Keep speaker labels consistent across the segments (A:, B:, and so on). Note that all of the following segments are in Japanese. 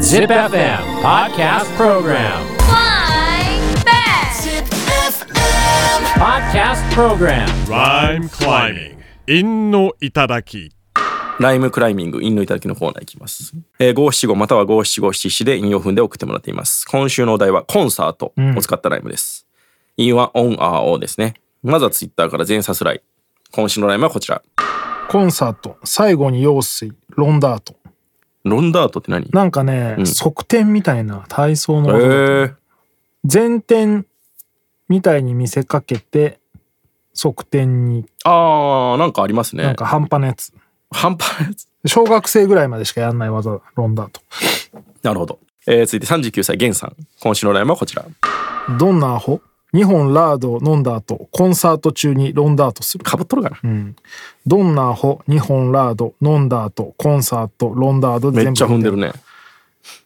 A: Zip FM Podcast Program.
B: Flying back.
A: Podcast Program.
C: Rhyme climbing. 陰の頂き。
D: ライムクライミング、陰のいただきのコーナーいきます。えー、5 7 5または5 7 5 7 4で陰を踏んで送ってもらっています。今週のお題はコンサートを使ったライムです。陰はオンアーオーですね。まずはツイッターから全さすらい。今週のライムはこちら。
E: コンサート最後に用水ロンダート
D: ロンダートって何
E: なんかね、側転みたいな体操の
D: え
E: 技だった
D: ー、
E: 前転みたいに見せかけて側転に
D: あー、なんかありますね。
E: なんか半端なやつ
D: 半端なやつ。
E: 小学生ぐらいまでしかやんない技だロンダート
D: なるほど。えー、続いて39歳、ゲンさん。今週のライムはこちら。
E: どんなアホ2本ラードを飲んだ後コンサート中にロンダートする
D: かぶっとるかな、
E: どんなアホ2本ラード飲んだ後コンサートロンダート
D: めっちゃ踏んでるね。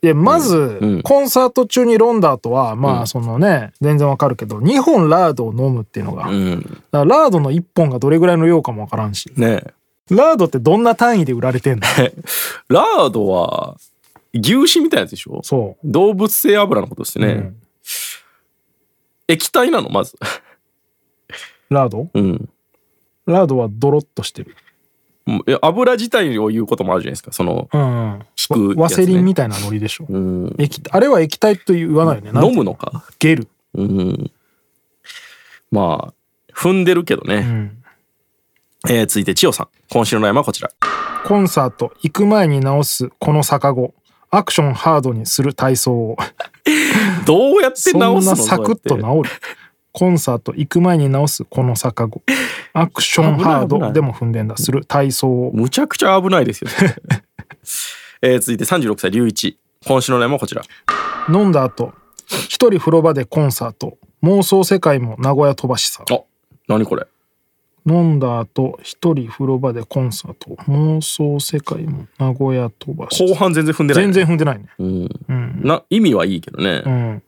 E: でまず、
D: うん
E: コンサート中にロンダーとはまあそのね、全然わかるけど2本ラードを飲むっていうのが、
D: うん。
E: だからラードの1本がどれぐらいの量かもわからんし
D: ねえ。
E: ラードってどんな単位で売られてんの
D: ラードは、牛脂みたいなやつでしょ
E: そう
D: 動物性油のことですね、液体なのまず
E: ラード
D: うん
E: ラードはドロッとしてる
D: うんいや油自体を言うこともあるじゃないですかその
E: うん、
D: 引くやつね
E: ワセリンみたいなノリでしょ、
D: うん
E: 液あれは液体と言わないよねなん
D: 飲むのか
E: ゲル、
D: うんまあ踏んでるけど
E: う
D: ね、
E: ん、
D: えー続いて千代さん今週の悩みはこちら
E: コンサート行く前に直すこの逆子アクションハードにする体操を
D: どうやって
E: そん
D: 直すの
E: なサクッ
D: ど
E: と
D: うやっ
E: 治る。コンサート行く前に直すこの逆子。アクションハ
D: 危な
E: ー
D: い危ない
E: ドでも踏んでんだする体操
D: て
E: を。
D: むちゃくちゃ危ないですよね、 えー続いて36歳龍一今週の悩みはこちら
E: 飲んだ後、一人風呂場でコンサート。妄想世界も名古屋飛ばしさ。
D: あ何これ
E: 飲んだ後、一人風呂場でコンサート。妄想世界も名古屋飛ばし
D: 後半全然踏んでない
E: 全然踏んでないね。
D: うんな意味はいいけどね、
E: うん。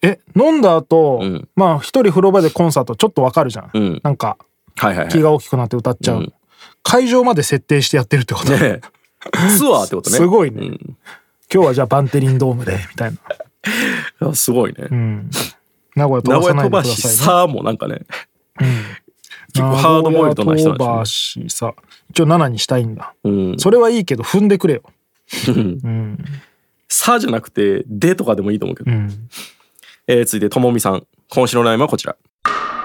E: え、飲んだ後、
D: うん
E: まあ一人風呂場でコンサートちょっとわかるじゃん。
D: うん
E: なんか
D: はいはいはい
E: 気が大きくなって歌っちゃう。
D: うん
E: 会場まで設定してやってるってこと、
D: ねえツアーってことね
E: すごいね
D: うん
E: 今日はじゃあバンテリンドームでみたいな、
D: いやすごいね、
E: うん、名古屋飛
D: 名
E: ばさ
D: 古屋
E: な
D: 飛
E: いで
D: ば
E: くだ
D: し
E: さ
D: さもなんかね
E: いね
D: 結構ハードボイルドな人
E: 名古屋
D: なん
E: 飛ば
D: です
E: しさ一応7にしたいんだ
D: よね、うん、
E: それはいいけど踏んでくれよ
D: さじゃなくてでとかでもいいと思うけど、
E: うん
D: えー続いてともみさん今週のラインはこちら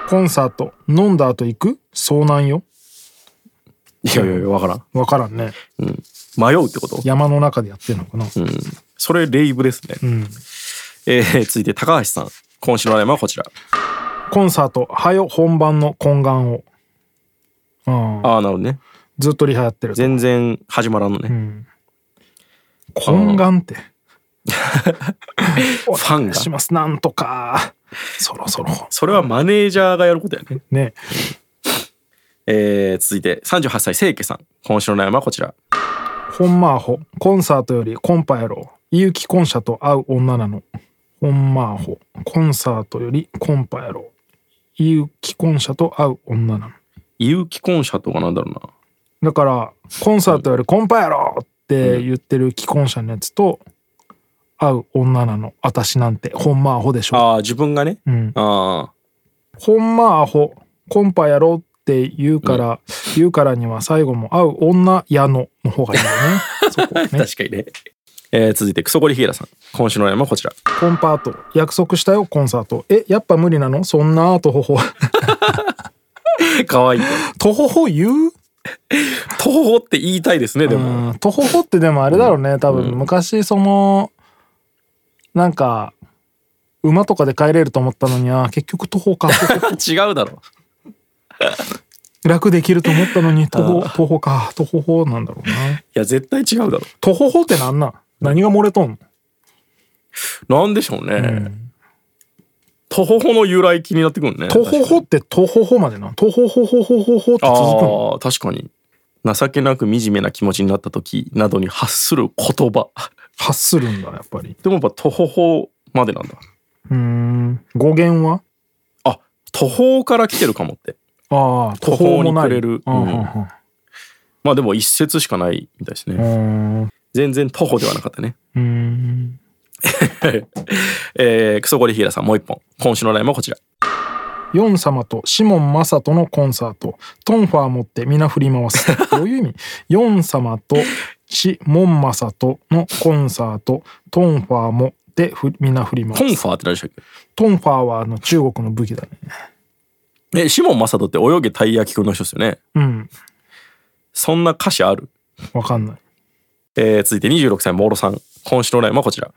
E: コンサート飲んだ後行く遭難よ
D: いやいやいやわからん
E: わからんね
D: 迷うってこと
E: 山の中でやってんのかな
D: それレイブですね、
E: うん
D: えー続いて高橋さん今週のラインはこちら
E: コンサートはよ本番の懇願をうん
D: ああなるほどね
E: ずっとリハやってる
D: 全然始まらんのね、
E: 懇願って お
D: ファン
E: 願
D: が
E: いしますなんとかそろそろ
D: それはマネージャーがやることやね、
E: ね
D: えー続いて38歳清家さん今週のラインはこちら
E: ほんまアホコンサートよりコンパやろう結城婚者と会う女なのほんまアホコンサートよりコンパやろう結城婚者と会う女なの
D: 有機コンシャトがなんだろうな
E: だからコンサートよりコンパやろうって言ってる既婚者のやつと会う女なの私なんてほんまアホでしょ
D: ああ自分がね、
E: ん
D: ああ
E: ほんまアホコンパやろうって言うから、言うからには最後も会う女やのの方がいいん だよねそこはね
D: 確かにね、えー続いてクソゴリヒエラさん今週の山は こちら
E: コンパート約束したよコンサートえやっぱ無理なのそんなとほ ほ
D: かわいい
E: とほほ言う
D: とほほって言いたいですねでも
E: うんとほほってでもあれだろうね多分昔そのなんか馬とかで帰れると思ったのにあー結局徒 歩か
D: 違うだろ
E: 楽できると思ったのに徒歩徒歩か徒歩ほなんだろうない
D: や絶対違うだろ
E: 徒歩ほってなんなん何が漏れとんの
D: なんでしょうねとほほの由来気になってくるね
E: 徒歩ほって徒歩ほまでな徒歩ほほほほほって続くの
D: ああ確かに情けなく惨めな気持ちになった時などに発する言葉
E: 発するんだやっぱり
D: でもやっぱとほほまでなんだ
E: うーん語源は
D: あ途方から来てるかもって
E: ああ、
D: 途
E: 途
D: 方
E: 方
D: に
E: もない
D: 暮れる
E: うんうんうん
D: まあでも一説しかないみたいですね、
E: うーん
D: 全然徒歩ではなかったね。
E: うーん。
D: えー、クソゴリヒーラさんもう一本。今週のラインもこちら。
E: ヨン様とシモン・マサトのコンサート。トンファー持って皆振り回す。どういう意味ヨン様とシモン・マサトのコンサート。トンファーもでふ皆振り回
D: コン
E: す。
D: ファーって何でしたっ
E: トンファーはあの中国の武器だね。
D: けえ、シモン・マサトって泳げたい焼きくんの人ですよね。
E: うん。
D: そんな歌詞ある
E: わかんない。
D: えー、続いて26歳、モーロさん。今週のラインもこちら。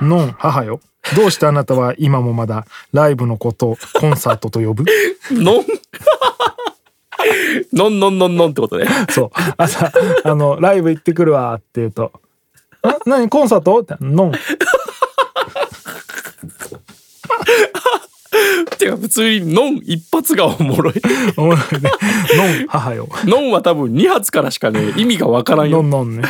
E: ノン母よ。どうしてあなたは今もまだライブのことをコンサートと呼ぶ
D: のん のんのんのんのんってことね。
E: そう。朝、あの、ライブ行ってくるわって言うと、ん何コンサートって、ノン。
D: てか、普通にのん一発がおもろい。
E: おもろいね。ノン母よ。
D: のんは多分2発からしかね、意味がわからん
E: ノ
D: よ。
E: ンノンね。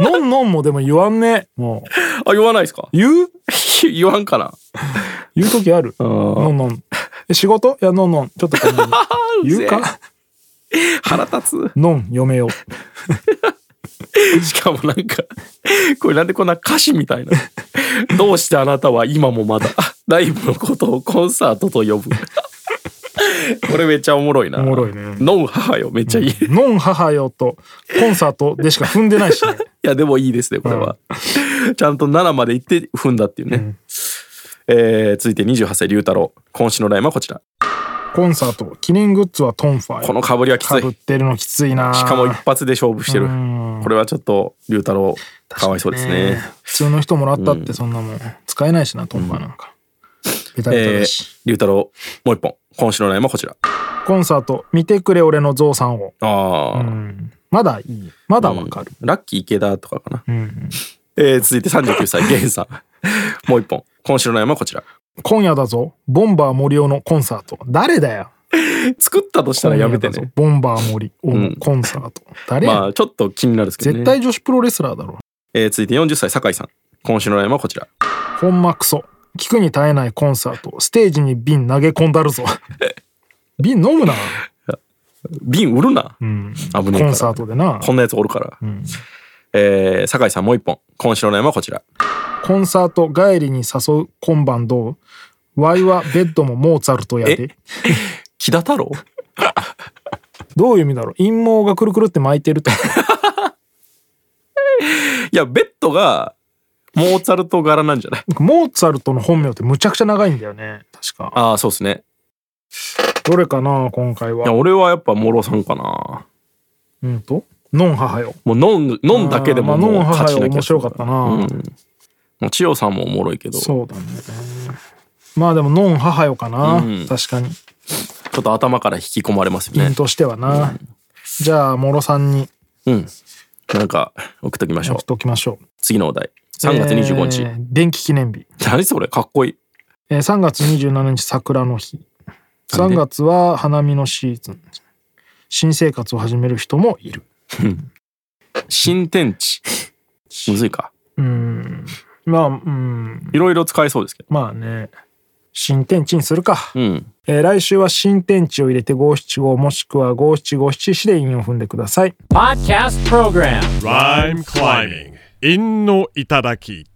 E: ノンノンもでも言わんね。もう。
D: あ、言わないですか
E: 言う
D: 言わんかな。
E: 言う時ある。ノンノン。え仕事いや、ノンノン。ちょっとごめ ん言うか
D: 腹立
E: ノン嫁よ。
D: つ。 しかもなんか、これなんでこんな歌詞みたいな。どうしてあなたは今もまだライブのことをコンサートと呼ぶ。これめっちゃおもろいな。
E: おもろいね
D: のん母よ、めっちゃいい。い
E: ノン母よとコンサートでしか踏んでないしね。
D: や、でもいいですね、これは。ちゃんと7まで行って踏んだっていうね。えー続いて28歳、龍太郎。今週のラインはこちら。
E: コンサート。記念グッズはトンファーよ。
D: この被りはきつ
E: かぶっ
D: い。
E: てるのきついな
D: しかも一発で勝負してる。
E: うん
D: これはちょっと、龍太郎、かわいそうですね。
E: 普通の人もらったってそんなもん使えないしなトンファーなんか、ベタベタ
D: え
E: だ
D: ー
E: し、、
D: 龍太郎、もう一本。今週のラインはこちら。
E: コンサート見てくれ俺のゾウさんを、
D: ああ、
E: うん、まだいいまだわかる、
D: ラッキー池田とかかな。
E: うん
D: えー、続いて39歳、ゲンさん。 もう一本。今週の山はこちら。
E: 今夜だぞボンバー森尾のコンサート誰だよ
D: 作ったとしたらやめてね。
E: 今夜だぞボンバー森尾のコンサート、誰や、
D: まあ、ちょっと気になるんですけどね。
E: 絶対女子プロレスラーだろ
D: えー、続いて40歳、酒井さん。今週の山はこちら。
E: ほんまクソ聞くに耐えないコンサートステージに瓶投げ込んだるぞ瓶飲むな、
D: 瓶売るな。
E: うん、
D: 危ねえ
E: コ
D: か
E: ン
D: ら。
E: サートでな
D: こんなやつおるから。えー、酒井さんもう一本。今週の山はこちら。
E: コンサート帰りに誘う今晩どうわいはベッドもモーツァルトやで。
D: 木田 太郎
E: どういう意味だろう陰謀がくるくるって巻いてると。
D: いや、ベッドが、モーツァルト柄なん じゃない
E: モーツァルトの本名ってむちゃくちゃ長いんだよね。確か。
D: ああ、そうですね。
E: どれかな今回
D: いや、
E: は。
D: 俺はやっぱ、モロさんかな。
E: うんと。ノン母よ。
D: もう、飲ん、飲んだけでも
E: まあ
D: もう
E: ノン
D: 勝
E: 母
D: ち
E: よ
D: な気
E: 面
D: がするら
E: 白かったな。
D: うん。もう千代さんもおもろいけど、ちょ
E: そうだね。まあでもノン母よかな。
D: うん
E: 確かに。
D: っと頭から引き込まれますよ
E: ピン
D: ね。
E: としてはな。じゃあ、諸さんに
D: うん。なんか、送っときましょ
E: 送
D: う
E: っ。ときましょう。
D: 次のお題。3月25日。
E: えー電気記念日。
D: 何それかっこいい。
E: えー3月27日桜の日
D: なんで
E: 3月は花見のシーズン新生活を始める人もいる
D: 新天地。むずいか。
E: うーんまあうん
D: いろいろ使えそうですけど。
E: まあね新天地にするか、
D: うん。
E: えー来週は新天地を入れて五七五もしくは五七五七四で韻を踏んでください
A: Podcast Program.
C: Rhyme climbing. 陰の頂き。